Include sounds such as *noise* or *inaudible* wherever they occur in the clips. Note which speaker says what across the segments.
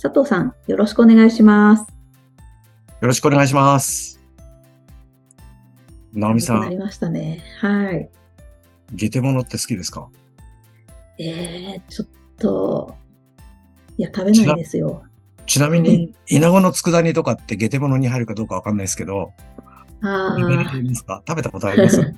Speaker 1: 佐藤さん、よろしくお願いします。
Speaker 2: よろしくお願いします。直美さん。
Speaker 1: なりましたね。はい。
Speaker 2: ゲテモノって好きですか
Speaker 1: えー、ちょっと、いや、食べないですよ。
Speaker 2: ちなみに、イナゴの佃煮とかってゲテモノに入るかどうかわかんないですけど、
Speaker 1: あ
Speaker 2: あ。食べたことあります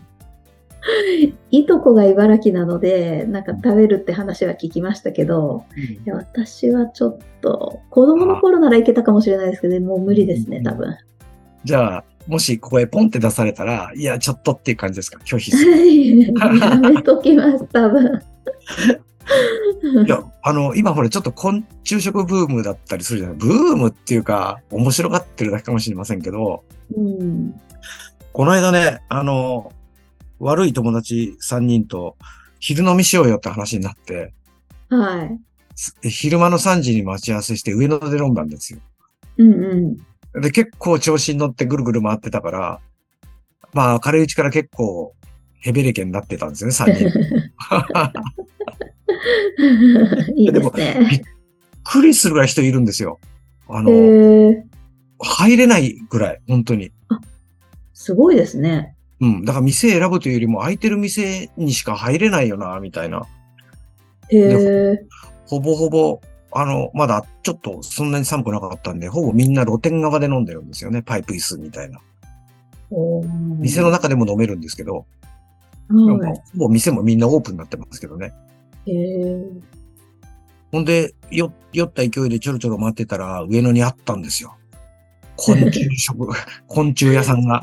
Speaker 1: いとこが茨城なので、なんか食べるって話は聞きましたけど、うん、いや私はちょっと、子供の頃ならいけたかもしれないですけど、もう無理ですね、多分。 *laughs*
Speaker 2: じゃあ、もしここへポンって出されたら、いや、ちょっとっていう感じですか、拒否
Speaker 1: *laughs* する。やめときます、多分。
Speaker 2: いや、あの、今ほら、ちょっと昆虫食ブームだったりするじゃない。ブームっていうか、面白がってるだけかもしれませんけど、
Speaker 1: うん、
Speaker 2: この間ね、あの、悪い友達3人と昼飲みしようよって話になって、
Speaker 1: はい。
Speaker 2: 昼間の3時に待ち合わせして上野で飲んだんですよ。
Speaker 1: うん
Speaker 2: うん *laughs* 。で、結構調子に乗ってぐるぐる回ってたから、まあ、軽いうちから結構ヘベレケになってたんですね、3
Speaker 1: 人。 *laughs* いいですね。
Speaker 2: びっくりするぐらい人いるんですよ。あの、入れないぐらい、本当に。
Speaker 1: あ、すごいですね。
Speaker 2: うん。だから店選ぶというよりも空いてる店にしか入れないよな、みたいな。
Speaker 1: へえ。
Speaker 2: ほぼほぼ、あの、まだちょっとそんなに寒くなかったんで、ほぼみんな露店側で飲んでるんですよね。パイプ椅子みたいな。店の中でも飲めるんですけど、
Speaker 1: はい、
Speaker 2: もう店もみんなオープンになってますけどね。
Speaker 1: へえ。
Speaker 2: ほんで、酔った勢いでちょろちょろ回ってたら、上野にあったんですよ。昆虫食、 *laughs* 昆虫屋さんが。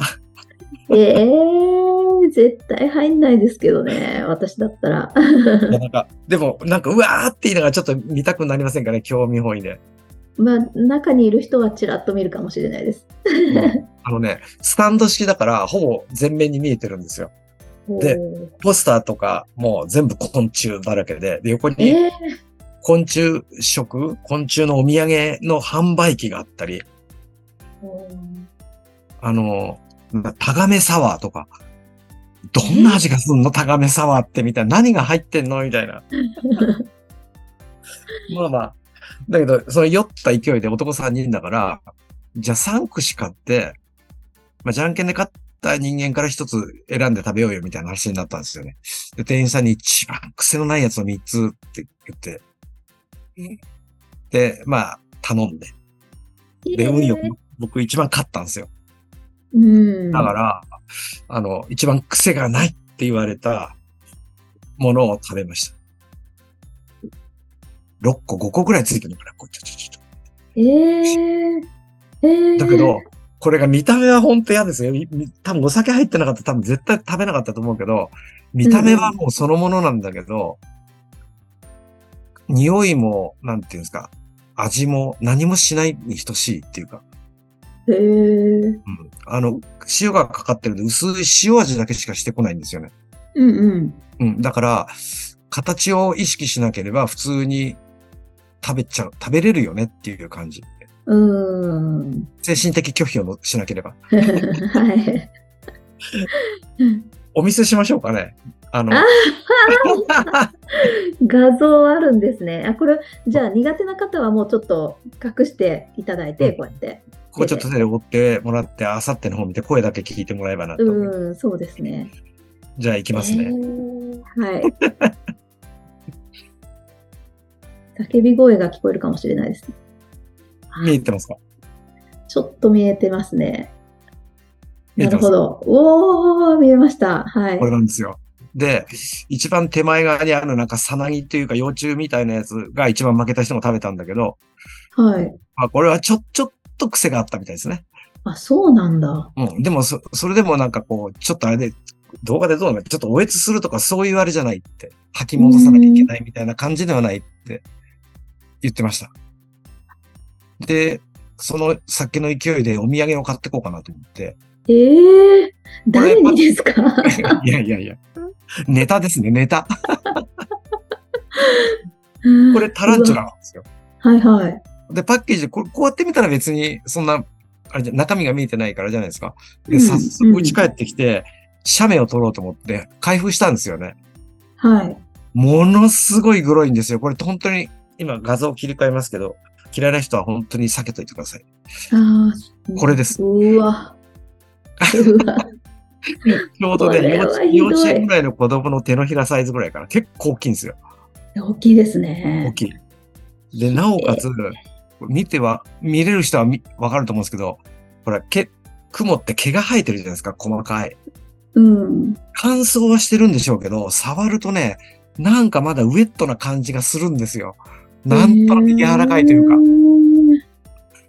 Speaker 1: ええー、絶対入んないですけどね、私だったら。 *laughs*
Speaker 2: なんかでも、なんか、うわーって言いながらちょっと見たくなりませんかね、興味本位で。
Speaker 1: まあ、中にいる人はちらっと見るかもしれないです
Speaker 2: まあ。あのね、スタンド式だから、ほぼ全面に見えてるんですよ。で、ポスターとかもう全部昆虫だらけで、で横に、えー、昆虫食、昆虫のお土産の販売機があったり、あの、タガメサワーとか、どんな味がすんのタガメサワーってみたいな。何が入ってんのみたいな。まあまあ。だけど、その酔った勢いで男3人だから、じゃあ3串買って、まあ、じゃんけんで勝った人間から1つ選んで食べようよみたいな話になったんですよね。で、店員さんに一番癖のないやつを3つって言って、で、まあ、頼んで。で、運よく僕一番勝ったんですよ。
Speaker 1: うん、
Speaker 2: だから、あの、一番癖がないって言われたものを食べました。6個、5個ぐらいついてるのかな、こう、ちょちょちょ。
Speaker 1: えー、えー、
Speaker 2: だけど、これが見た目は本当嫌ですよ。多分お酒入ってなかったら多分絶対食べなかったと思うけど、見た目はもうそのものなんだけど、うん、匂いも、なんていうんですか、味も何もしないに等しいっていうか。
Speaker 1: へえー、うん。
Speaker 2: あの、塩がかかってるんで、薄い塩味だけしかしてこないんですよね。。
Speaker 1: うんうん
Speaker 2: うん。だから、形を意識しなければ普通に食べちゃう、食べれるよねっていう感じ。
Speaker 1: うん。 *laughs*
Speaker 2: 精神的拒否をしなければ。
Speaker 1: はい。
Speaker 2: お見せしましょうかね。あの。
Speaker 1: 画像あるんですね。あ、これ、じゃあ苦手な方はもうちょっと隠していただいて、こうやって。
Speaker 2: ここちょっと手で折ってもらって、あさっての方見て声だけ聞いてもらえばなと思います。
Speaker 1: うん、そうですね。
Speaker 2: じゃあ行きますね。え
Speaker 1: ー、はい。 *laughs* 叫び声が聞こえるかもしれないです、ね。
Speaker 2: 見えてますか
Speaker 1: ちょっと見えてますね。なるほど。おー、見えました。はい。
Speaker 2: これなんですよ。で、一番手前側にあるなんかさなぎというか幼虫みたいなやつが一番負けた人も食べたんだけど、
Speaker 1: はい。
Speaker 2: まあ、これはちょ、ちょっと癖があったみたいですね。
Speaker 1: あ、そうなんだ。
Speaker 2: うん。でもそ、それでもなんかこう、ちょっとあれで、動画でどうなのちょっとおえつするとかそういうあれじゃないって、吐き戻さなきゃいけないみたいな感じではないって言ってました。で、その酒の勢いでお土産を買ってこうかなと
Speaker 1: *laughs*
Speaker 2: 思って。
Speaker 1: ええ
Speaker 2: これ
Speaker 1: 誰にですか
Speaker 2: いやいやいや。ネタですね、ネタ。こ
Speaker 1: *laughs* こ
Speaker 2: れタランチュラなんですよ。
Speaker 1: はいはい。
Speaker 2: で、パッケージでこれ、こうやって見たら別に、そんな、あれじゃ、中身が見えてないからじゃないですか。
Speaker 1: う
Speaker 2: で、
Speaker 1: ん
Speaker 2: 早速家帰ってきて、写メを撮ろうと思って、開封したんですよね。
Speaker 1: はい。
Speaker 2: ものすごいグロいんですよ。これ本当に、今画像切り替えますけど、嫌いな人は本当に避けといてください。
Speaker 1: ああ。
Speaker 2: これです。
Speaker 1: うわ。う
Speaker 2: *laughs*
Speaker 1: わ。
Speaker 2: ちょうど
Speaker 1: こ
Speaker 2: ね、
Speaker 1: れ
Speaker 2: 幼
Speaker 1: は
Speaker 2: 稚
Speaker 1: ひどい
Speaker 2: 幼稚園ぐらいの子供の手のひらサイズぐらいから結構大きいんですよ。
Speaker 1: 大きいです
Speaker 2: 大
Speaker 1: ね。
Speaker 2: きい。で、なおかつ、見ては、見れる人はみわかると思うんですけど、ほら、毛、雲って毛が生えてるじゃないですか、細かい。
Speaker 1: うん。
Speaker 2: 乾燥はしてるんでしょうけど、触るとね、なんかまだウェットな感じがするんですよ。なんとなく柔らかいというか。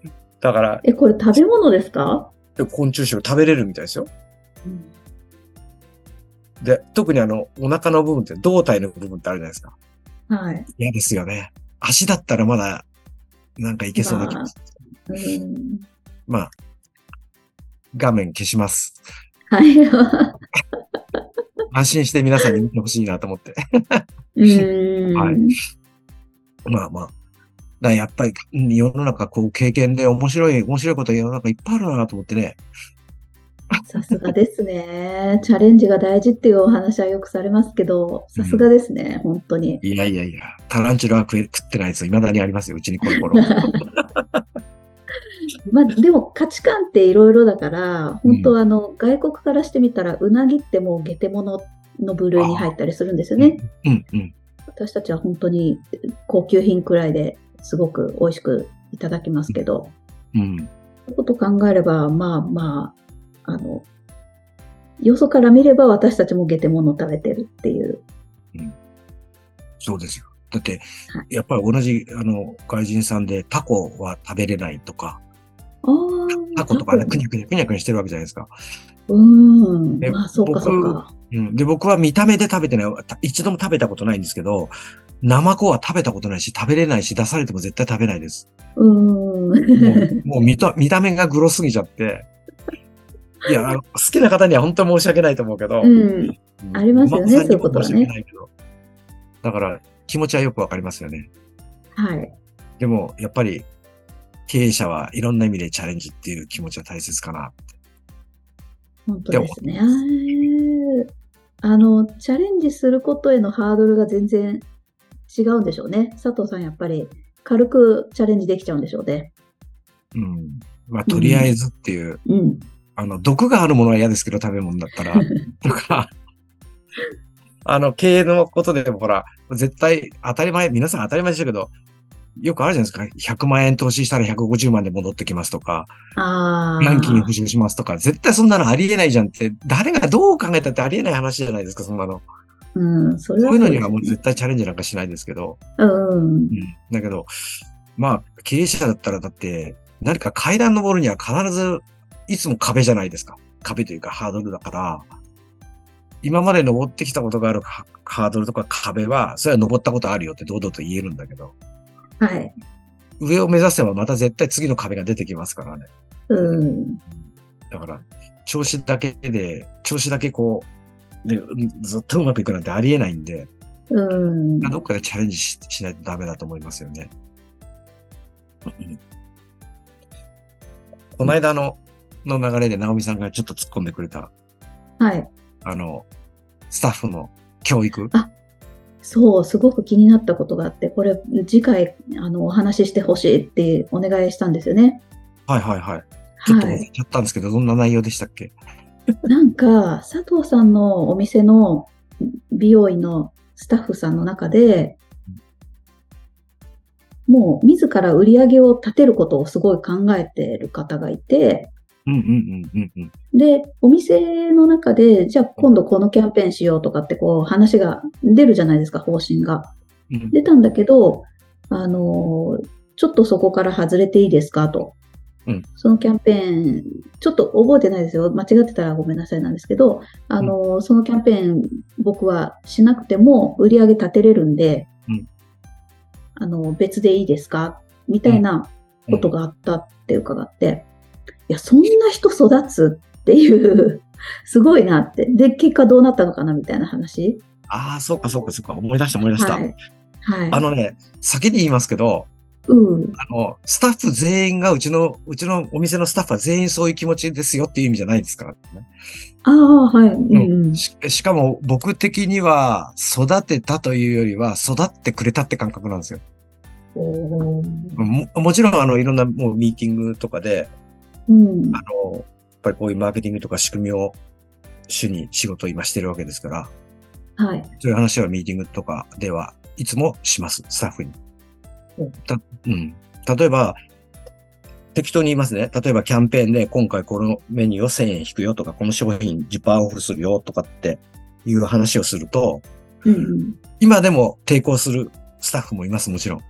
Speaker 1: か。
Speaker 2: だから、
Speaker 1: え、これ食べ物ですか
Speaker 2: 昆虫食べれるみたいですよ。で、特にあの、お腹の部分って胴体の部分ってあるじゃないですか。
Speaker 1: はい。
Speaker 2: 嫌ですよね。足だったらまだ、なんかいけそうな気がする。
Speaker 1: うん
Speaker 2: まあ、画面消します。 *laughs*
Speaker 1: はい。
Speaker 2: 安心して皆さんに見てほしいなと思って。 *laughs*
Speaker 1: うん。
Speaker 2: はいまあまあ。だからやっぱりうん世の中こう経験で面白い、面白いこと世の中いっぱいあるなと思ってね。
Speaker 1: さすがですね。チャレンジが大事っていうお話はよくされますけど、さすがですね、本当に。
Speaker 2: いやいやいや、タランチュラは食え食ってないです。未だにありますよ。うちにコロコロ。
Speaker 1: まあ、でも価値観っていろいろだから、
Speaker 2: うん
Speaker 1: 本当はあの、外国からしてみたら、うなぎってもう下手物の部類に入ったりするんですよ *laughs* ね。
Speaker 2: うんうん。
Speaker 1: 私たちは本当に高級品くらいですごく美味しくいただきますけど、
Speaker 2: うん。
Speaker 1: そういうこと考えれば、まあまあ、あの、よそから見れば私たちも下手物を食べてるっていう。
Speaker 2: そうですよ。だって
Speaker 1: はい、
Speaker 2: やっぱり同じ、あの、外人さんでタコは食べれないとか、
Speaker 1: あー
Speaker 2: タコとかね、くにゃくにゃくにゃくにゃしてるわけじゃないですか。
Speaker 1: うん。
Speaker 2: え
Speaker 1: まあ、そうか、
Speaker 2: 僕
Speaker 1: そうか。
Speaker 2: うん。で、僕は見た目で食べてない、た一度も食べたことないんですけど、ナマコは食べたことないし、食べれないし、出されても絶対食べないです。
Speaker 1: うん。
Speaker 2: もうもう見た見た目がグロすぎちゃって。いや、あの好きな方には本当に申し訳ないと思うけど。
Speaker 1: うん。ありますよね
Speaker 2: お孫さんにも
Speaker 1: そういうことはね
Speaker 2: 申し訳ないけどだから、気持ちはよくわかりますよね。
Speaker 1: はい。
Speaker 2: でも、やっぱり、経営者はいろんな意味でチャレンジっていう気持ちは大切かな。
Speaker 1: 本当ですね。あの、チャレンジすることへのハードルが全然違うんでしょうね。佐藤さん、やっぱり軽くチャレンジできちゃうんでしょうね。
Speaker 2: うん。まあ、とりあえずっていう、
Speaker 1: うん。
Speaker 2: あの、毒があるものは嫌ですけど、食べ物
Speaker 1: *laughs*
Speaker 2: だったら。とか、あの、経営のことでもほら、絶対当たり前、皆さん当たり前でしたけど、よくあるじゃないですか。100万円投資したら150万で戻ってきますとか、
Speaker 1: ああ。
Speaker 2: ランキング復習しますとか、絶対そんなのありえないじゃんって、誰がどう考えたってありえない話じゃないですか、そんなの。
Speaker 1: うん、それ
Speaker 2: こ
Speaker 1: は
Speaker 2: ういう
Speaker 1: そ
Speaker 2: の
Speaker 1: う
Speaker 2: に
Speaker 1: です
Speaker 2: はもう絶対チャレンジなんかしないですけど、
Speaker 1: うん。
Speaker 2: うんだけど、まあ、経営者だったらだって、何か階段登るには必ず、いつも壁じゃないですか。壁というかハードルだから、今まで登ってきたことがあるハハードルとか壁は、それは登ったことあるよって堂々と言えるんだけど、
Speaker 1: はい。
Speaker 2: 上を目指せばまた絶対次の壁が出てきますからね。
Speaker 1: うん。
Speaker 2: だから、調子だけで、調子だけこう、でうんずっとうまくいくなんてありえないんで、
Speaker 1: うん。
Speaker 2: どっかでチャレンジししないとダメだと思いますよね。うんこの間の、の流れで直美さんがちょっと突っ込んでくれた、
Speaker 1: はい。
Speaker 2: あの、スタッフの教育。
Speaker 1: そう、すごく気になったことがあって、これ、次回、あの、お話ししてほしいってお願いしたんですよね。
Speaker 2: はいはいはい。ちょっと
Speaker 1: は
Speaker 2: 忘
Speaker 1: い。
Speaker 2: れちゃったんですけど、どんな内容でしたっけ
Speaker 1: なんか、佐藤さんのお店の美容院のスタッフさんの中で、もう自ら売り上げを立てることをすごい考えている方がいて、
Speaker 2: うんうんうんうんうん。
Speaker 1: で、お店の中で、じゃあ今度このキャンペーンしようとかってこう話が出るじゃないですか、方針が。
Speaker 2: うん
Speaker 1: 出たんだけど、あのーちょっとそこから外れていいですかと。
Speaker 2: うん
Speaker 1: そのキャンペーン、ちょっと覚えてないですよ。間違ってたらごめんなさいなんですけど、あのーそのキャンペーン僕はしなくても売り上げ立てれるんで、
Speaker 2: うん
Speaker 1: あのー別でいいですかみたいなことがあったって伺って、いや、そんな人育つっていう、すごいなって。で、結果どうなったのかなみたいな話。
Speaker 2: ああ、そうかそうかそうか。思い出した思い出した。
Speaker 1: はい。はい。
Speaker 2: あのね、先に言いますけど、
Speaker 1: うん。
Speaker 2: あの、スタッフ全員が、うちの、うちのお店のスタッフは全員そういう気持ちですよっていう意味じゃないですからね。
Speaker 1: ああ、はい。うんうん。
Speaker 2: ししかも僕的には育てたというよりは育ってくれたって感覚なんですよ。
Speaker 1: おー
Speaker 2: ももちろんあのいろんなもうミーティングとかで、
Speaker 1: うん
Speaker 2: あ。の、やっぱりこういうマーケティングとか仕組みを主に仕事を今してるわけですから、
Speaker 1: はい。
Speaker 2: そういう話はミーティングとかではいつもします、スタッフに
Speaker 1: うん。
Speaker 2: たうん、例えば、適当に言いますね。例えばキャンペーンで今回このメニューを1000円引くよとか、この商品10%オフするよとかっていう話をすると、
Speaker 1: うん
Speaker 2: 今でも抵抗するスタッフもいます、もちろん。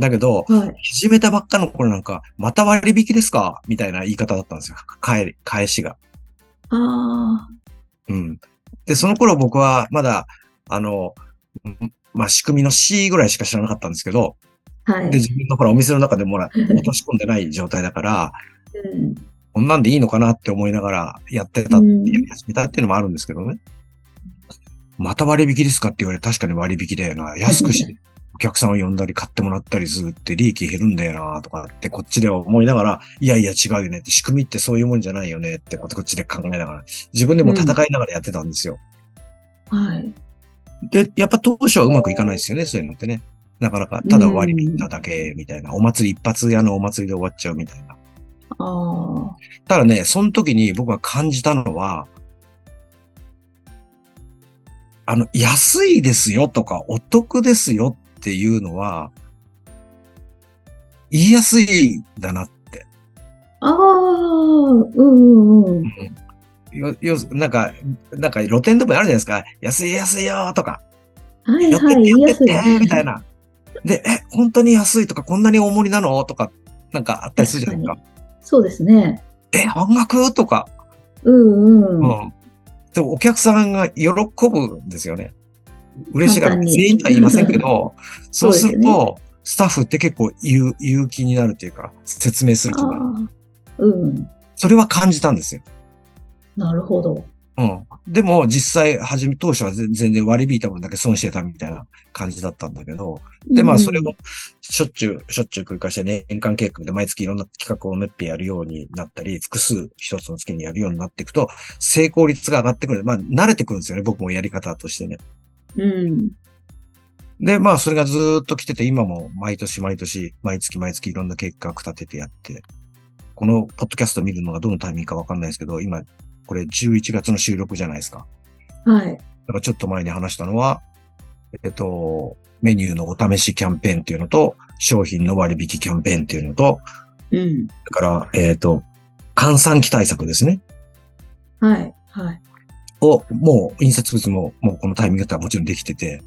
Speaker 2: だけど、
Speaker 1: うん。はい。
Speaker 2: 始めたばっかの頃なんか、また割引ですかみたいな言い方だったんですよ。返り、返しが。
Speaker 1: ああ、
Speaker 2: うん。で、その頃僕はまだ、あの、うんまあ、仕組みの C ぐらいしか知らなかったんですけど、
Speaker 1: は
Speaker 2: で、
Speaker 1: い。
Speaker 2: 自分のほら、お店の中でもら、落とし込んでない状態だから、
Speaker 1: うん
Speaker 2: こんなんでいいのかなって思いながらやってた、
Speaker 1: うん
Speaker 2: やり始めたっていうのもあるんですけどね。また割引ですかって言われ、確かに割引だよな。安くして、お客さんを呼んだり買ってもらったりするって利益減るんだよなとかってこっちで思いながら、いやいや違うよねって仕組みってそういうもんじゃないよねってことこっちで考えながら、自分でも戦いながらやってたんですよ。
Speaker 1: はい。
Speaker 2: で、やっぱ当初はうまくいかないですよね、そういうのってね。なかなか、ただ割り切っただけみたいな、お祭り一発屋のお祭りで終わっちゃうみたいな。
Speaker 1: ああ。
Speaker 2: ただね、その時に僕が感じたのは、あの、安いですよとか、お得ですよっていうのは、言いやすいんだなって。
Speaker 1: ああ、うんうんうん。
Speaker 2: よ、よ、なんか、なんか露店でもあるじゃないですか。安い安いよとか。
Speaker 1: はい
Speaker 2: やって
Speaker 1: は
Speaker 2: っ
Speaker 1: い、
Speaker 2: て、
Speaker 1: 言い
Speaker 2: や
Speaker 1: や
Speaker 2: って
Speaker 1: す
Speaker 2: っ
Speaker 1: い。
Speaker 2: て、みたいな。で、え、本当に安いとか、こんなに大盛りなのとか、なんかあったりするじゃないですか。
Speaker 1: そうですね。
Speaker 2: え、半額とか。
Speaker 1: うん
Speaker 2: う
Speaker 1: うん。
Speaker 2: ん。でも、お客さんが喜ぶんですよね。嬉しが
Speaker 1: 簡単
Speaker 2: る。
Speaker 1: に
Speaker 2: 全員とは言いませんけど、そうする
Speaker 1: そう
Speaker 2: と、スタッフって結構言う、言う気になるというか、説明する
Speaker 1: あ
Speaker 2: とか、
Speaker 1: あ、うん。
Speaker 2: それは感じたんですよ。
Speaker 1: なるほど。
Speaker 2: うん。でも、実際、はじめ、当初は全全然割り引いた分だけ損してたみたいな感じだったんだけど、で、まあ、それ
Speaker 1: も
Speaker 2: をしょっちゅう、しょっちゅう繰り返して年間計画で毎月いろんな企画を練ってやるようになったり、複数一つの月にやるようになっていくと、成功率が上がってくる。まあ、慣れてくるんですよね。僕もやり方としてね。
Speaker 1: うん。
Speaker 2: で、まあ、それがずーっと来てて、今も毎年毎年、毎月毎月いろんな計画立ててやって、このポッドキャスト見るのがどのタイミングかわかんないですけど、今、これ11月の収録じゃないですか。
Speaker 1: はい。
Speaker 2: だからちょっと前に話したのは、えっと、メニューのお試しキャンペーンっていうのと、商品の割引キャンペーンっていうのと、
Speaker 1: うん。
Speaker 2: だから、えっと、換算期対策ですね。
Speaker 1: はい。はい。
Speaker 2: を、もう、印刷物も、もうこのタイミングだったらもちろんできてて、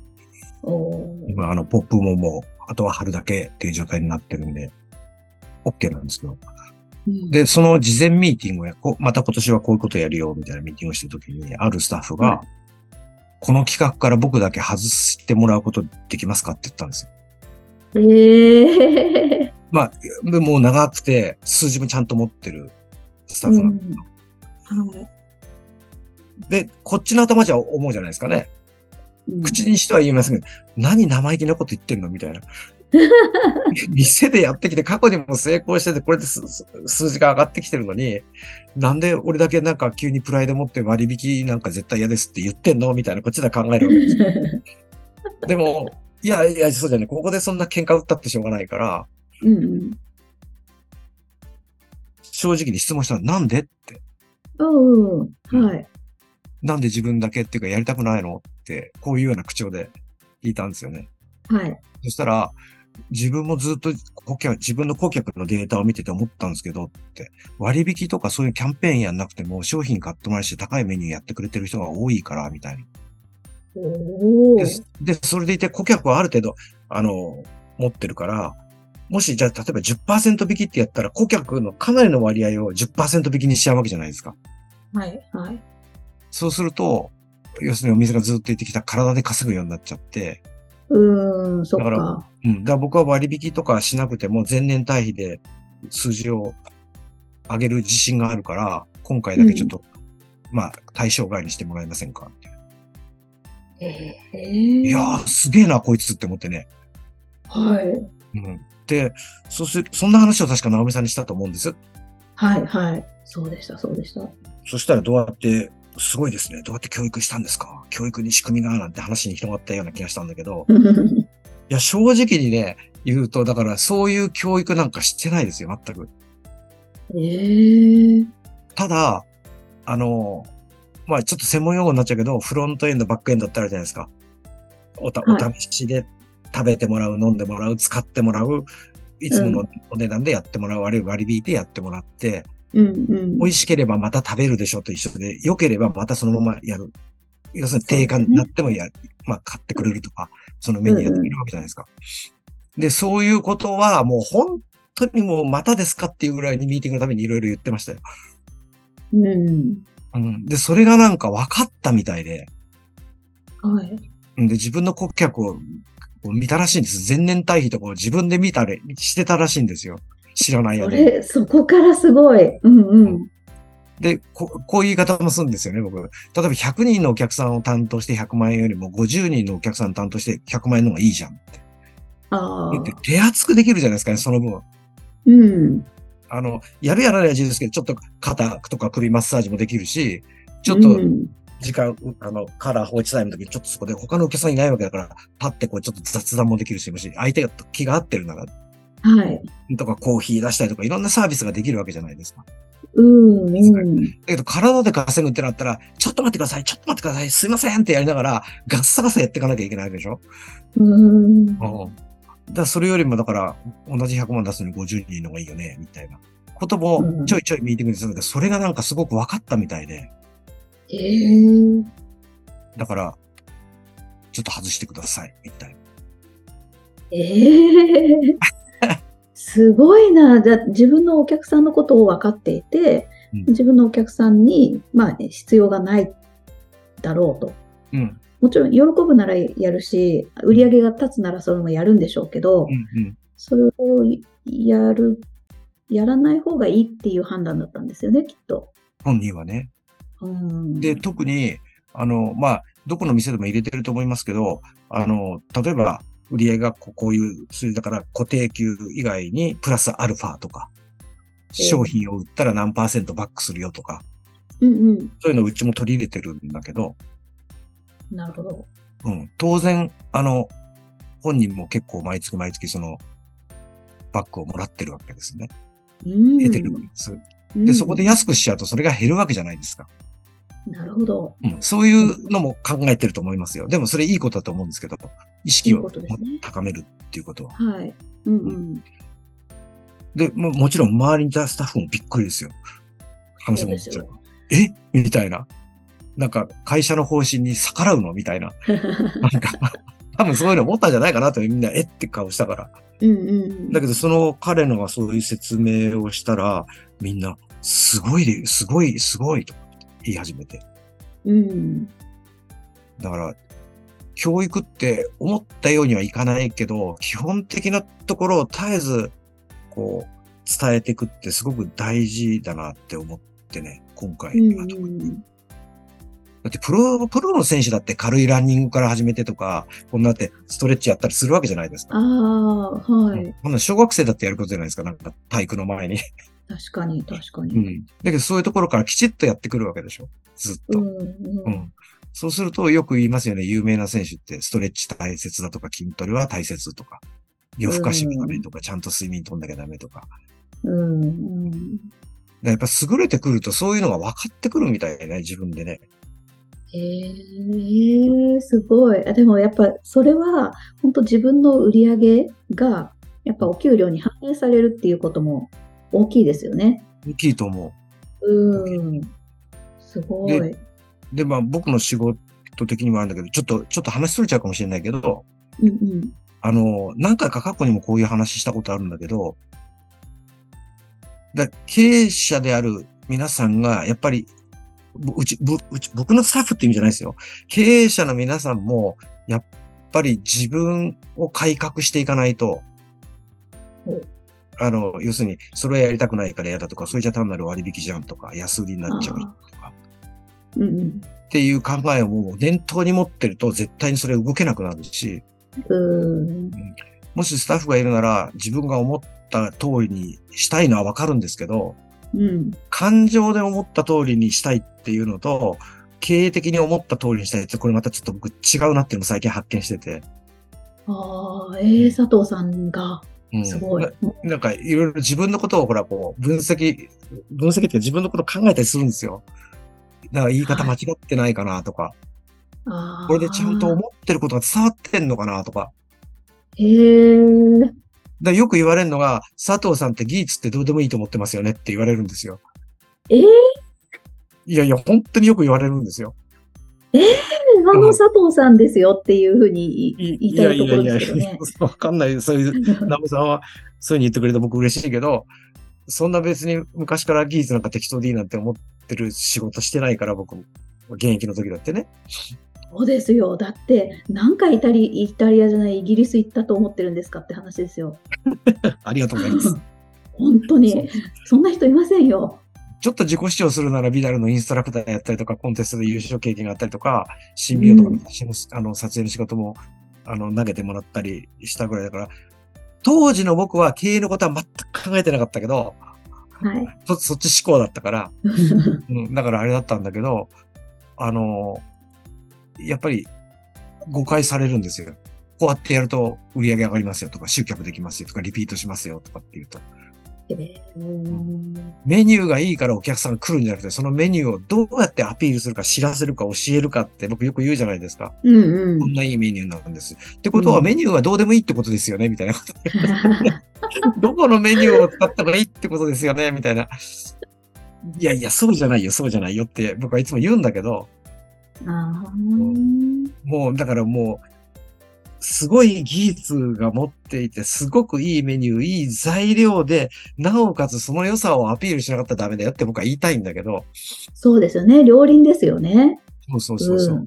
Speaker 1: おー
Speaker 2: 今、あの、ポップももう、あとは貼るだけっていう状態になってるんで、OK なんですけど。
Speaker 1: うん
Speaker 2: で、その事前ミーティングをや、こまた今年はこういうことやるよ、みたいなミーティングをしてるときに、あるスタッフが、この企画から僕だけ外してもらうことできますかって言ったんですよ
Speaker 1: ええ
Speaker 2: でもう長くて、数字もちゃんと持ってるスタッフなの、
Speaker 1: うんは
Speaker 2: で、こっちの頭じゃ思うじゃないですかね。
Speaker 1: いうん
Speaker 2: 口にしては言いませんけど、何生意気なこと言ってんのみたいな。
Speaker 1: *laughs*
Speaker 2: 店でやってきて、過去にも成功してて、これですす数字が上がってきてるのに、なんで俺だけなんか急にプライド持って割引なんか絶対嫌ですって言ってんのみたいな、こっちで考えるわ
Speaker 1: *laughs*
Speaker 2: けですよ。でも、いやいや、そうじゃね、ここでそんな喧嘩打ったってしょうがないから、
Speaker 1: うんうん。
Speaker 2: 正直に質問したら、なんでって。
Speaker 1: うんうん。はい。
Speaker 2: なんで自分だけっていうかやりたくないのって、こういうような口調で聞いたんですよね。
Speaker 1: はい。
Speaker 2: そしたら、自分もずっと顧客、自分の顧客のデータを見てて思ったんですけどって、割引とかそういうキャンペーンやんなくても商品買ってもらうし高いメニューやってくれてる人が多いから、みたいな。
Speaker 1: お
Speaker 2: で
Speaker 1: ー
Speaker 2: で、それでいて顧客はある程度、あの、持ってるから、もしじゃあ例えば10%引きってやったら顧客のかなりの割合を10%引きにしちゃうわけじゃないですか。
Speaker 1: はい。はい。
Speaker 2: そうすると、要するにお店がずっと言ってきた体で稼ぐようになっちゃって、
Speaker 1: うーん、そっ
Speaker 2: だか
Speaker 1: か。
Speaker 2: うん。だから僕は割引とかしなくても前年対比で数字を上げる自信があるから、今回だけちょっと、まあ、対象外にしてもらえませんかっていう
Speaker 1: ええ
Speaker 2: いやー、すげえな、こいつって思ってね。
Speaker 1: はい。
Speaker 2: うん。で、そうする、そんな話を確か直美さんにしたと思うんです。
Speaker 1: はい、はい。そうでした、そうで
Speaker 2: *laughs*
Speaker 1: した。
Speaker 2: そしたらどうやって、すごいですね。どうやって教育したんですか教育に仕組みがなんて話に広がったような気がしたんだけど、いや、正直にね、言うと、だからそういう教育なんかしてないですよ、全く。
Speaker 1: ええ
Speaker 2: ただ、あの、まあちょっと専門用語になっちゃうけど、フロントエンド、バックエンドってあるじゃないですか。おた、
Speaker 1: はい
Speaker 2: お試しで食べてもらう、飲んでもらう、使ってもらう、いつものお値段でやってもらう、あるいは割り引いてやってもらって、
Speaker 1: うんうん。
Speaker 2: 美味しければまた食べるでしょと一緒で、良ければまたそのままやる。要するに定価になってもやる。まあ買ってくれるとか、そのメニューやってくれるわけじゃないですか。で、そういうことはもう本当にもうまたですかっていうぐらいにミーティングのためにいろいろ言ってましたよ。
Speaker 1: うん。
Speaker 2: うん。で、それがなんか分かったみたいで、
Speaker 1: はい。
Speaker 2: うんで、自分の顧客をこう見たらしいんです。前年対比とかを自分で見たりしてたらしいんですよ。知らない
Speaker 1: そ
Speaker 2: 間に。
Speaker 1: れ、そこからすごい。うんうん。
Speaker 2: でこ、こういう言い方もするんですよね、僕。例えば100人のお客さんを担当して100万円よりも50人のお客さんを担当して100万円の方がいいじゃんって。
Speaker 1: ああ
Speaker 2: で。手厚くできるじゃないですかね、その分。
Speaker 1: うん。
Speaker 2: あの、やるやらないは自由ですけど、ちょっと肩とか首マッサージもできるし、ちょっ
Speaker 1: う
Speaker 2: と
Speaker 1: ん
Speaker 2: 時間、あの、カラー放置タイムの時にちょっとそこで他のお客さんいないわけだから、パってこうちょっと雑談もできるし、もし相手が気が合ってるなら、
Speaker 1: はい。
Speaker 2: とかコーヒー出したりとかいろんなサービスができるわけじゃないですか。
Speaker 1: うんうん。
Speaker 2: だけど体で稼ぐってなったら、ちょっと待ってください、ちょっと待ってください、すいませんってやりながら、ガッサガサやっていかなきゃいけないわけでしょ
Speaker 1: うん。
Speaker 2: うん。だからそれよりも、だから、同じ100万出すのに50人の方がいいよね、みたいなこと
Speaker 1: うん
Speaker 2: もちょいちょいミーティングでするんだけど、それがなんかすごく分かったみたいで、
Speaker 1: ええ
Speaker 2: だから、ちょっと外してください、みたいな。
Speaker 1: ええすごいな。じゃあ自分のお客さんのことを分かっていて、
Speaker 2: うん
Speaker 1: 自分のお客さんに、まあ、必要がないだろうと。
Speaker 2: うん。
Speaker 1: もちろん喜ぶならやるし、売り上げが立つならそれもやるんでしょうけど、
Speaker 2: うんうん。
Speaker 1: それをやる、やらない方がいいっていう判断だったんですよね、きっと。
Speaker 2: 本人はね。
Speaker 1: うん、
Speaker 2: で、特に、あの、まあ、どこの店でも入れてると思いますけど、あの、例えば、売り上げがここういう数字だから固定給以外にプラスアルファとか、
Speaker 1: ええ
Speaker 2: 商品を売ったら何パーセントバックするよとか、
Speaker 1: うん
Speaker 2: そういうのうちも取り入れてるんだけど、
Speaker 1: うん。なるほど。
Speaker 2: うん、当然、あの、本人も結構毎月毎月その、バックをもらってるわけですね。
Speaker 1: うん、
Speaker 2: 得てるわけです。
Speaker 1: う
Speaker 2: で、
Speaker 1: ん
Speaker 2: そこで安くしちゃうとそれが減るわけじゃないですか。
Speaker 1: なるほど。
Speaker 2: うん、そういうのも考えてると思いますよ。でもそれいいことだと思うんですけど、意識
Speaker 1: いい
Speaker 2: を
Speaker 1: ことですね
Speaker 2: 高めるっていうことは。
Speaker 1: はい。うんうん。
Speaker 2: で、ももちろん周りにいたスタッフもびっくりですよ。話
Speaker 1: そ
Speaker 2: も
Speaker 1: うですよ
Speaker 2: えみたいな。なんか会社の方針に逆らうのみたいな。なんか、 *laughs* 多分そういうの思ったんじゃないかなとみんな、えって顔したから。
Speaker 1: *laughs* うんうん。
Speaker 2: だけど、その彼のがそういう説明をしたら、みんな、すごいで、すごい、すごいと言い始めて。
Speaker 1: うん。
Speaker 2: だから、教育って思ったようにはいかないけど、基本的なところを絶えず、こう、伝えていくってすごく大事だなって思ってね、今回
Speaker 1: う
Speaker 2: は特に
Speaker 1: ん
Speaker 2: だってプロ、プロの選手だって軽いランニングから始めてとか、こんなってストレッチやったりするわけじゃないですか。
Speaker 1: ああ、はい。
Speaker 2: こんな小学生だってやることじゃないですか、なんか体育の前に。
Speaker 1: 確かに、確か
Speaker 2: う
Speaker 1: に。
Speaker 2: ん。だけどそういうところからきちっとやってくるわけでしょずっ
Speaker 1: う
Speaker 2: と。
Speaker 1: んう。
Speaker 2: うんん。そうするとよく言いますよね。有名な選手ってストレッチ大切だとか筋トレは大切とか、夜更かしがダメとか、ちゃんと睡眠とんなきゃダメとか。だか
Speaker 1: うんうん。
Speaker 2: らやっぱ優れてくるとそういうのが分かってくるみたいね、自分でね。
Speaker 1: へえすごい。あでもやっぱそれは本当自分の売り上げがやっぱお給料に反映されるっていうことも大きいですよね。
Speaker 2: 大きいと思
Speaker 1: うん。すごい。
Speaker 2: でう。で、まあ僕の仕事的にもあるんだけど、ちょっと、ちょっと話しとれちゃうかもしれないけど、
Speaker 1: うんうん。
Speaker 2: あの、何回か過去にもこういう話したことあるんだけど、だ経営者である皆さんが、やっぱり、ぶうち、ぶうち、僕のスタッフって意味じゃないですよ。経営者の皆さんも、やっぱり自分を改革していかないと
Speaker 1: うん、
Speaker 2: あの、要するに、それはやりたくないから嫌だとか、それじゃ単なる割引じゃんとか、安売りになっちゃうとか、
Speaker 1: うんうん。
Speaker 2: っていう考えをもう念頭に持ってると、絶対にそれ動けなくなるし、
Speaker 1: うーん。
Speaker 2: もしスタッフがいるなら、自分が思った通りにしたいのはわかるんですけど、
Speaker 1: うん。
Speaker 2: 感情で思った通りにしたいっていうのと、経営的に思った通りにしたいって、これまたちょっと僕違うなっていうのも最近発見してて。
Speaker 1: ああ、ええ佐藤さんが、
Speaker 2: うん
Speaker 1: すごい。
Speaker 2: なんかいろいろ自分のことをほらこう分析、分析っていうか自分のこと考えたりするんですよ。だから言い方間違ってないかなとか、
Speaker 1: ああ。
Speaker 2: これでちゃんと思ってることが伝わってんのかなとか。
Speaker 1: ええ
Speaker 2: だからよく言われるのが、佐藤さんって技術ってどうでもいいと思ってますよねって言われるんですよ。
Speaker 1: ええ
Speaker 2: いやいや、本当によく言われるんですよ。
Speaker 1: あの佐藤さんですよっていうふうに言い言いたいところですけど
Speaker 2: いやいやい
Speaker 1: ね。
Speaker 2: *laughs* やわかんない。そう
Speaker 1: *laughs*
Speaker 2: いう、ナムさんはそういうふうに言ってくれて僕嬉しいけど、そんな別に昔から技術なんか適当でいいなんて思ってる仕事してないから僕、現役の時だってね。
Speaker 1: そうですよ。だって、何回イタリイタリアじゃないイギリス行ったと思ってるんですかって話です
Speaker 2: *laughs*
Speaker 1: よ。
Speaker 2: ありがとうござい
Speaker 1: *laughs*
Speaker 2: ます。
Speaker 1: 本当に、そんな人いませんよ。
Speaker 2: ちょっと自己主張するなら、ビダルのインストラクターやったりとか、コンテストで優勝経験があったりとか、新ビオとかの私の、あの撮影の仕事もあの投げてもらったりしたぐらいだから、当時の僕は経営のことは全く考えてなかったけど、 *laughs*
Speaker 1: はい。
Speaker 2: そそっち思考だったから、うん、だからあれだったんだけど、あの、やっぱり誤解されるんですよ。こうやってやると売り上げ上がりますよとか、集客できますよとか、リピートしますよとかっていうと。
Speaker 1: えー
Speaker 2: メニューがいいからお客さん来るんじゃなくて、そのメニューをどうやってアピールするか、知らせるか、教えるかって僕よく言うじゃないですか。
Speaker 1: うんう
Speaker 2: こん
Speaker 1: ん。
Speaker 2: *laughs* ないいメニューなんです。ってことは
Speaker 1: うん
Speaker 2: メニューはどうでもいいってことですよね、みたいな。 *laughs* どこのメニューを使った方がいいってことですよね、みたいな。いやいや、そうじゃないよ、そうじゃないよって僕はいつも言うんだけど、
Speaker 1: あー
Speaker 2: もうだからもう、すごい技術が持っていて、すごくいいメニュー、いい材料で、なおかつその良さをアピールしなかったらダメだよって僕は言いたいんだけど、
Speaker 1: そうですよね。両輪ですよね。
Speaker 2: そうそうそうそう。
Speaker 1: うん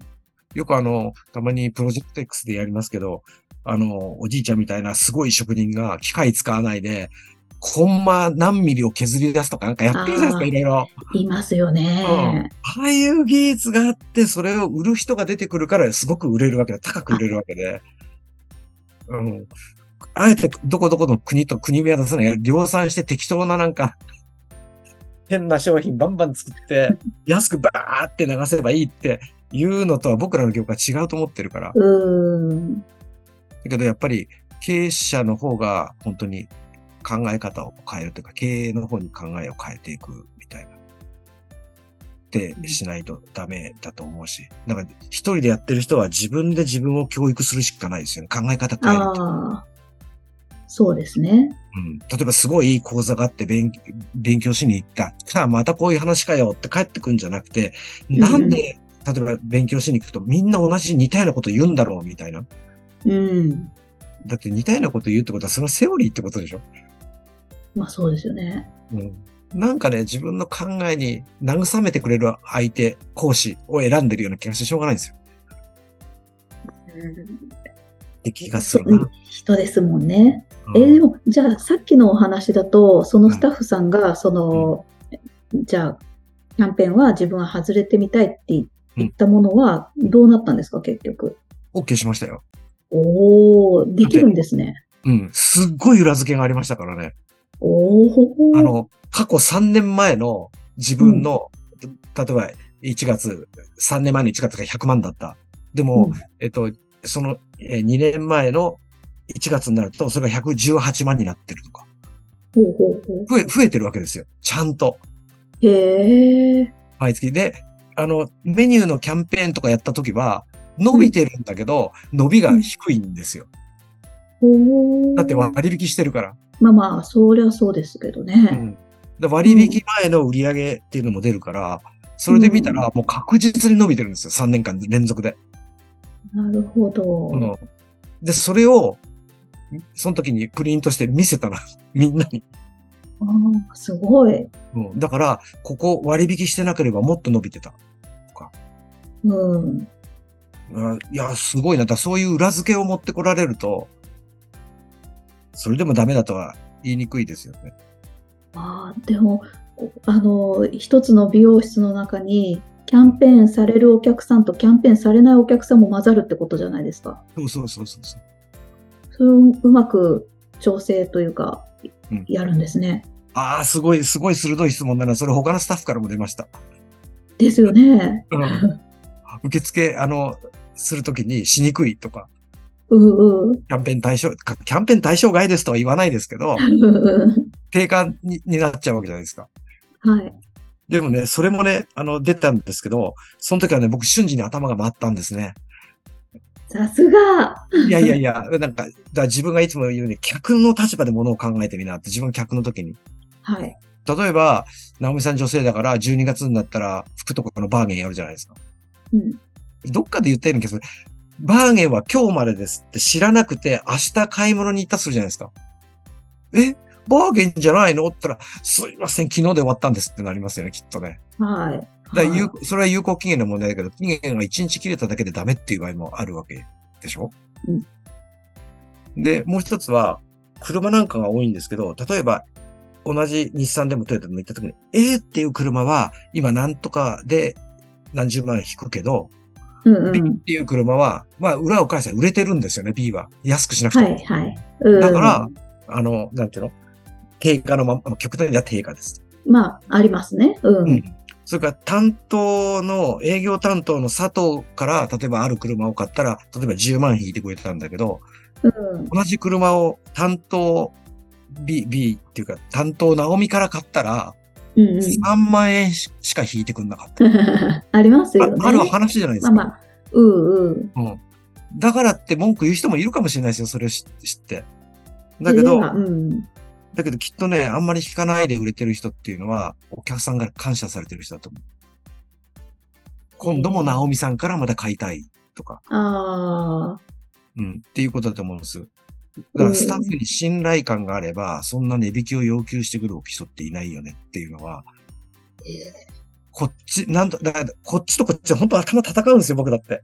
Speaker 2: よくあの、たまにプロジェクト X でやりますけど、あの、おじいちゃんみたいなすごい職人が機械使わないで、コンマ何ミリを削り出すとかなんかやってるじゃないですか、
Speaker 1: あー
Speaker 2: いろいろ。
Speaker 1: いますよね。
Speaker 2: ああいう技術があって、それを売る人が出てくるから、すごく売れるわけで、高く売れるわけで。うん。あえて、どこどこの国と国名は出さない。量産して適当ななんか、変な商品バンバン作って、安くバーって流せばいいっていうのとは僕らの業界違うと思ってるから。
Speaker 1: うん。
Speaker 2: だけどやっぱり経営者の方が本当に考え方を変えるというか、経営の方に考えを変えていくみたいな。で
Speaker 1: うん
Speaker 2: しないとダメだと思うし、なんか一人でやってる人は自分で自分を教育するしかないですよね。考え方変えると。
Speaker 1: ああ。そうですね。
Speaker 2: うん、例えばすごいいい講座があって勉勉強しに行った。さあ、またこういう話かよって帰ってくんじゃなくて、なんで、例えば勉強しに行くとみんな同じ似たようなこと言うんだろうみたいな。
Speaker 1: うん。
Speaker 2: だって似たようなこと言うってことはそれはセオリーってことでしょ
Speaker 1: まあそうですよね。
Speaker 2: うんなんかね、自分の考えに慰めてくれる相手、講師を選んでるような気がしてしょうがないんですよ。って気がする
Speaker 1: そう
Speaker 2: な。
Speaker 1: 人ですもんね。
Speaker 2: う
Speaker 1: え
Speaker 2: ん
Speaker 1: ーでも、じゃあ、さっきのお話だと、そのスタッフさんが、その、じゃあ、キャンペーンは自分は外れてみたいって言ったものは、どうなったんですか、結局。
Speaker 2: OK しましたよ。
Speaker 1: おおできるんですね。
Speaker 2: うん。すっごい裏付けがありましたからね。
Speaker 1: お
Speaker 2: あ
Speaker 1: お
Speaker 2: の、過去3年前の自分の、例えば1月、3年前の1月が100万だった。で
Speaker 1: う
Speaker 2: も、
Speaker 1: ん
Speaker 2: えっと、その2年前の1月になると、それが118万になってるとか。
Speaker 1: ほうほうほう。
Speaker 2: 増え、増えてるわけですよ。ちゃんと。
Speaker 1: へえ。
Speaker 2: 毎月。で、あの、メニューのキャンペーンとかやった時は、伸びてるんだけど、伸びが低いんですよ。
Speaker 1: おお
Speaker 2: だって割引してるから。
Speaker 1: まあまあ、そりゃそうですけど
Speaker 2: う
Speaker 1: ね。
Speaker 2: んで割引前の売り上げっていうのも出るから、それで見たらもう確実に伸びてるんですよ。3年間連続で。
Speaker 1: なるほど。
Speaker 2: うんで、それを、その時にプリントして見せたら、みんなに。
Speaker 1: ああ、すごい。
Speaker 2: うんだから、ここ割引してなければもっと伸びてた。
Speaker 1: うん。
Speaker 2: うんいや、すごいな。だからそういう裏付けを持ってこられると、それでもダメだとは言いにくいですよね。
Speaker 1: あーでも、こあの、一つの美容室の中に、キャンペーンされるお客さんとキャンペーンされないお客さんも混ざるってことじゃないですか。
Speaker 2: そうそうそうそうそう。
Speaker 1: それをうまく調整というか
Speaker 2: うん、
Speaker 1: やるんですね。
Speaker 2: ああ、すごい、すごい鋭い質問だな。それ他のスタッフからも出ました。
Speaker 1: ですよね。
Speaker 2: うん、受付、あの、するときにしにくいとか、
Speaker 1: うん *laughs* うん。
Speaker 2: キャンペーン対象、かキャンペーン対象外ですとは言わないですけど、定価にになっちゃうわけじゃないですか。
Speaker 1: はい。
Speaker 2: でもね、それもね、あの、出たんですけど、その時はね、僕瞬時に頭が回ったんですね。
Speaker 1: さすが。
Speaker 2: いやいやいや、なんか、だから自分がいつも言うように、客の立場で物を考えてみなって、自分客の時に。
Speaker 1: はい。
Speaker 2: 例えば、直美さん女性だから、12月になったら、服とかのバーゲンやるじゃないですか。
Speaker 1: うん。
Speaker 2: どっかで言ったような気がする。バーゲンは今日までですって知らなくて、明日買い物に行ったとするじゃないですか。えバーゲンじゃないのって言ったら、すいません、昨日で終わったんですってなりますよね、きっとね。
Speaker 1: はい。
Speaker 2: だから有
Speaker 1: は
Speaker 2: それは有効期限の問題だけど、期限が1日切れただけでダメっていう場合もあるわけでしょ
Speaker 1: うん
Speaker 2: で、もう一つは、車なんかが多いんですけど、例えば、同じ日産でもトヨタでも行った時に、A っていう車は今なんとかで何十万引くけど、
Speaker 1: いうんう
Speaker 2: B っ
Speaker 1: ん。
Speaker 2: ていう車は、まあ、裏を返せば売れてるんですよね、B は。安くしなくて
Speaker 1: は
Speaker 2: も。
Speaker 1: いはい。うん
Speaker 2: だから、あの、なんていうの定価のまま、極端には定価です。
Speaker 1: まあ、ありますね。う。
Speaker 2: うんん。それから担当の、営業担当の佐藤から、例えばある車を買ったら、例えば10万引いてくれてたんだけど、
Speaker 1: うん。
Speaker 2: 同じ車を担当 B、B っていうか、担当直美から買ったら、
Speaker 1: うんうん。
Speaker 2: 3万円しか引いてくんなかった。
Speaker 1: *laughs* ありますよね。
Speaker 2: あある話じゃないです
Speaker 1: まあ
Speaker 2: か。
Speaker 1: まあ。うんうん。
Speaker 2: うん。だからって文句言う人もいるかもしれないですよ、それを知知って。だけど、
Speaker 1: うん。
Speaker 2: だけどきっとね、あんまり引かないで売れてる人っていうのは、お客さんが感謝されてる人だと思う。今度もナオミさんからまた買いたいとか、
Speaker 1: ああ。
Speaker 2: うん、っていうことだと思うんです。だからスタッフに信頼感があれば、そんな値引きを要求してくる人っていないよねっていうのは、こっち、なんと、だからこっちとこっちは本当頭戦うんですよ、僕だって。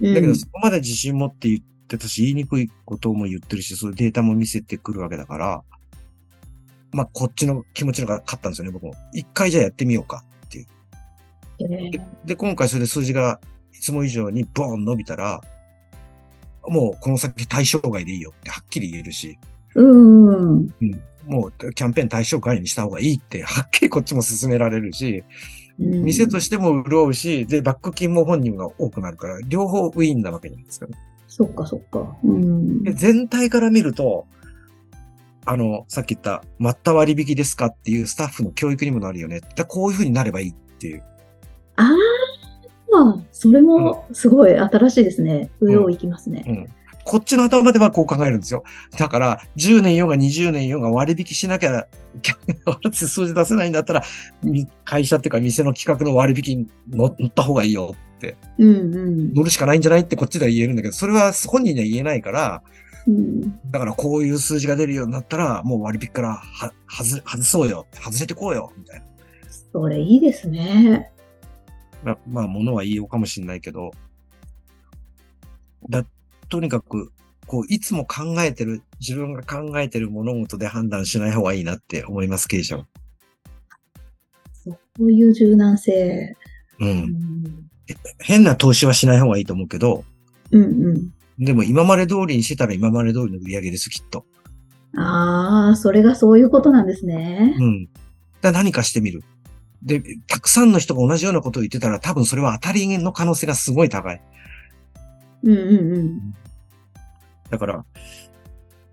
Speaker 1: うん
Speaker 2: だけど、そこまで自信持って言ってたし、言いにくいことも言ってるし、そういうデータも見せてくるわけだから、まあ、こっちの気持ちの方が勝ったんですよね、僕も。一回じゃあやってみようか。
Speaker 1: ええ
Speaker 2: で、今回それで数字がいつも以上にボーン伸びたら、もうこの先対象外でいいよってはっきり言えるし、
Speaker 1: うんうん。
Speaker 2: もうキャンペーン対象外にした方がいいってはっきりこっちも勧められるし、
Speaker 1: うん
Speaker 2: 店としても潤うし、で、バック金も本人が多くなるから、両方ウィンなわけじゃないですかね。
Speaker 1: そっかそっか。うん。
Speaker 2: で全体から見ると、あの、さっき言った、まった割引ですかっていうスタッフの教育にもなるよね。だこういうふうになればいいっていう。
Speaker 1: ああ、それもすごい新しいですね。上を行きますね。
Speaker 2: うん。こっちの頭ではこう考えるんですよ。だから、10年4が20年4が割引しなきゃ、 *laughs* 逆に数字出せないんだったら、み会社っていうか店の企画の割引に乗乗った方がいいよって、
Speaker 1: うんうん
Speaker 2: 乗るしかないんじゃないってこっちでは言えるんだけど、それは本人には言えないから、
Speaker 1: うん。
Speaker 2: だからこういう数字が出るようになったら、もう割引からは外外そうよ、外れてこうよ、みたいな。
Speaker 1: それいいですね。
Speaker 2: まあ、まあ、ものは言いようかもしれないけど、だ、とにかく、こう、いつも考えてる、自分が考えてる物事で判断しない方がいいなって思います、経営者は。
Speaker 1: そういう柔軟性。
Speaker 2: う。
Speaker 1: うんん
Speaker 2: 変な投資はしない方がいいと思うけど、
Speaker 1: うん
Speaker 2: でも今まで通りにしてたら今まで通りの売り上げです、きっと。
Speaker 1: うん。ああ、それがそういうことなんですね。
Speaker 2: うん。だ何かしてみる。で、たくさんの人が同じようなことを言ってたら、多分それは当たりの可能性がすごい高い。
Speaker 1: うんうんうん。
Speaker 2: だから、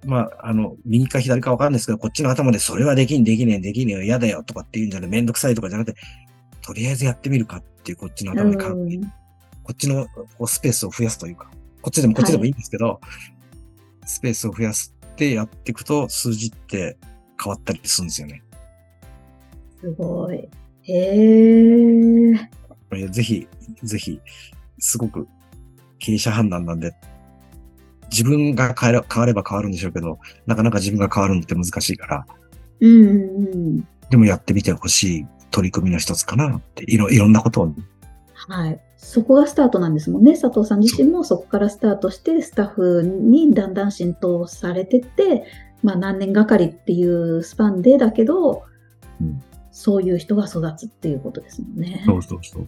Speaker 2: まあ、あの、右か左かわかんないですけど、こっちの頭でそれはできん、できねえ、できねえよ、嫌だよとかっていうんじゃなくて、めんどくさいとかじゃなくて、とりあえずやってみるかっていう、こっちの頭で考え、
Speaker 1: うん
Speaker 2: こっちのこうスペースを増やすというか、こっちでもこっちでもいいんですけど、スペースを増やしてやっていくと、数字って変わったりするんですよね。
Speaker 1: すごい。へえ。
Speaker 2: これぜひ、ぜひ、すごく経営者判断なんで、自分が変えら変われば変わるんでしょうけど、なかなか自分が変わるのって難しいから、
Speaker 1: うんうんうん。
Speaker 2: でもやってみてほしい取り組みの一つかなって、いろ、いろんなことを。
Speaker 1: はい。そこがスタートなんですもんね。佐藤さん自身もそこからスタートして、スタッフにだんだん浸透されてって、まあ何年がかりっていうスパンでだけど、
Speaker 2: うん
Speaker 1: そういう人が育つっていうことですもんね。
Speaker 2: そうそうそう。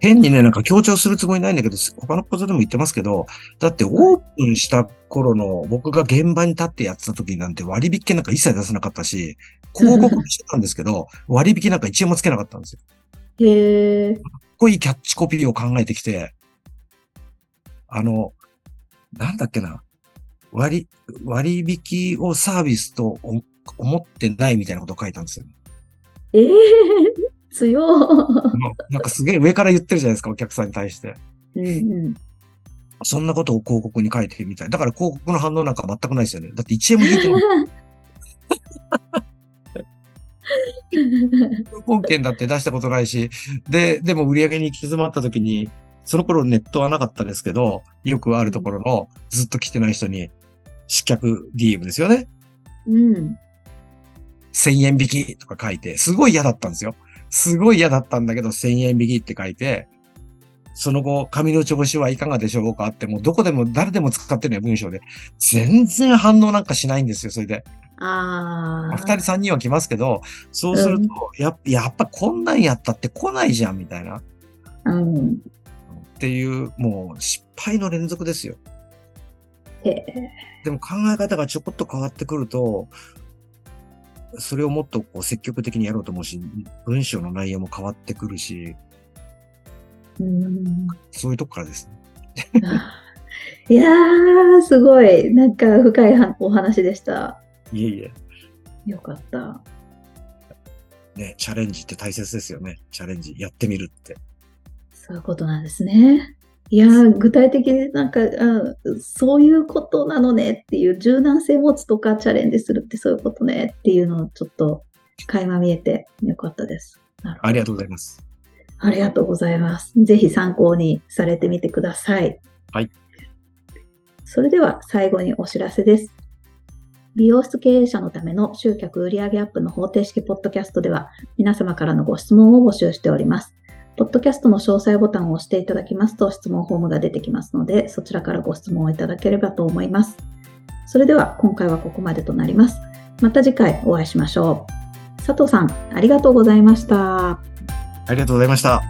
Speaker 2: 変にね、なんか強調するつもりないんだけど、他のことでも言ってますけど、だってオープンした頃の僕が現場に立ってやってた時なんて割引券なんか一切出さなかったし、広告もしてたんですけど、割引なんか一円もつけなかったんですよ。か
Speaker 1: へえ、
Speaker 2: っこいいキャッチコピーを考えてきて、あの、なんだっけな、割、割引をサービスとお思ってないみたいなことを書いたんですよ。
Speaker 1: ええ強っ
Speaker 2: なんかすげえ上から言ってるじゃないですか、お客さんに対して。
Speaker 1: うん
Speaker 2: *laughs*
Speaker 1: うん。
Speaker 2: そんなことを広告に書いてみたい。だから広告の反応なんか全くないですよね。だって1円も引いてない。クーポン券だって出したことないし、で、でも売り上げに行き詰まった時に、その頃ネットはなかったですけど、よくあるところのずっと来てない人に、失脚 DM ですよね。
Speaker 1: うん。
Speaker 2: 1000円引きとか書いて、すごい嫌だったんですよ。すごい嫌だったんだけど、1000円引きって書いて、その後、紙の調子はいかがでしょうかって、もうどこでも誰でも使ってるよ、文章で。全然反応なんかしないんですよ、それで。
Speaker 1: あ
Speaker 2: まあ
Speaker 1: あ。
Speaker 2: 二人三人は来ますけど、そうすると、やっやっぱこんなんやったって来ないじゃん、みたいな。っ
Speaker 1: うん。
Speaker 2: ていう、もう失敗の連続ですよ。
Speaker 1: へえ。
Speaker 2: でも考え方がちょこっと変わってくると、それをもっとこう積極的にやろうと思うし、文章の内容も変わってくるし、
Speaker 1: うん
Speaker 2: そういうとこからですね。
Speaker 1: あーいやー、すごい。なんか深いはお話でした。
Speaker 2: いえいえ。
Speaker 1: よかった。
Speaker 2: ね、チャレンジって大切ですよね。チャレンジ、やってみるって。
Speaker 1: そういうことなんですね。いやー、具体的になんか、あそういうことなのねっていう、柔軟性持つとかチャレンジするってそういうことねっていうのをちょっと垣間見えてよかったです。なるほど
Speaker 2: ありがとうございます。
Speaker 1: ありがとうございます。ぜひ参考にされてみてください。
Speaker 2: はい。
Speaker 1: それでは最後にお知らせです。美容室経営者のための集客売上アップの方程式ポッドキャストでは皆様からのご質問を募集しております。ポッドキャストの詳細ボタンを押していただきますと質問フォームが出てきますのでそちらからご質問をいただければと思います。それでは今回はここまでとなります。また次回お会いしましょう。佐藤さん、ありがとうございました。
Speaker 2: ありがとうございました。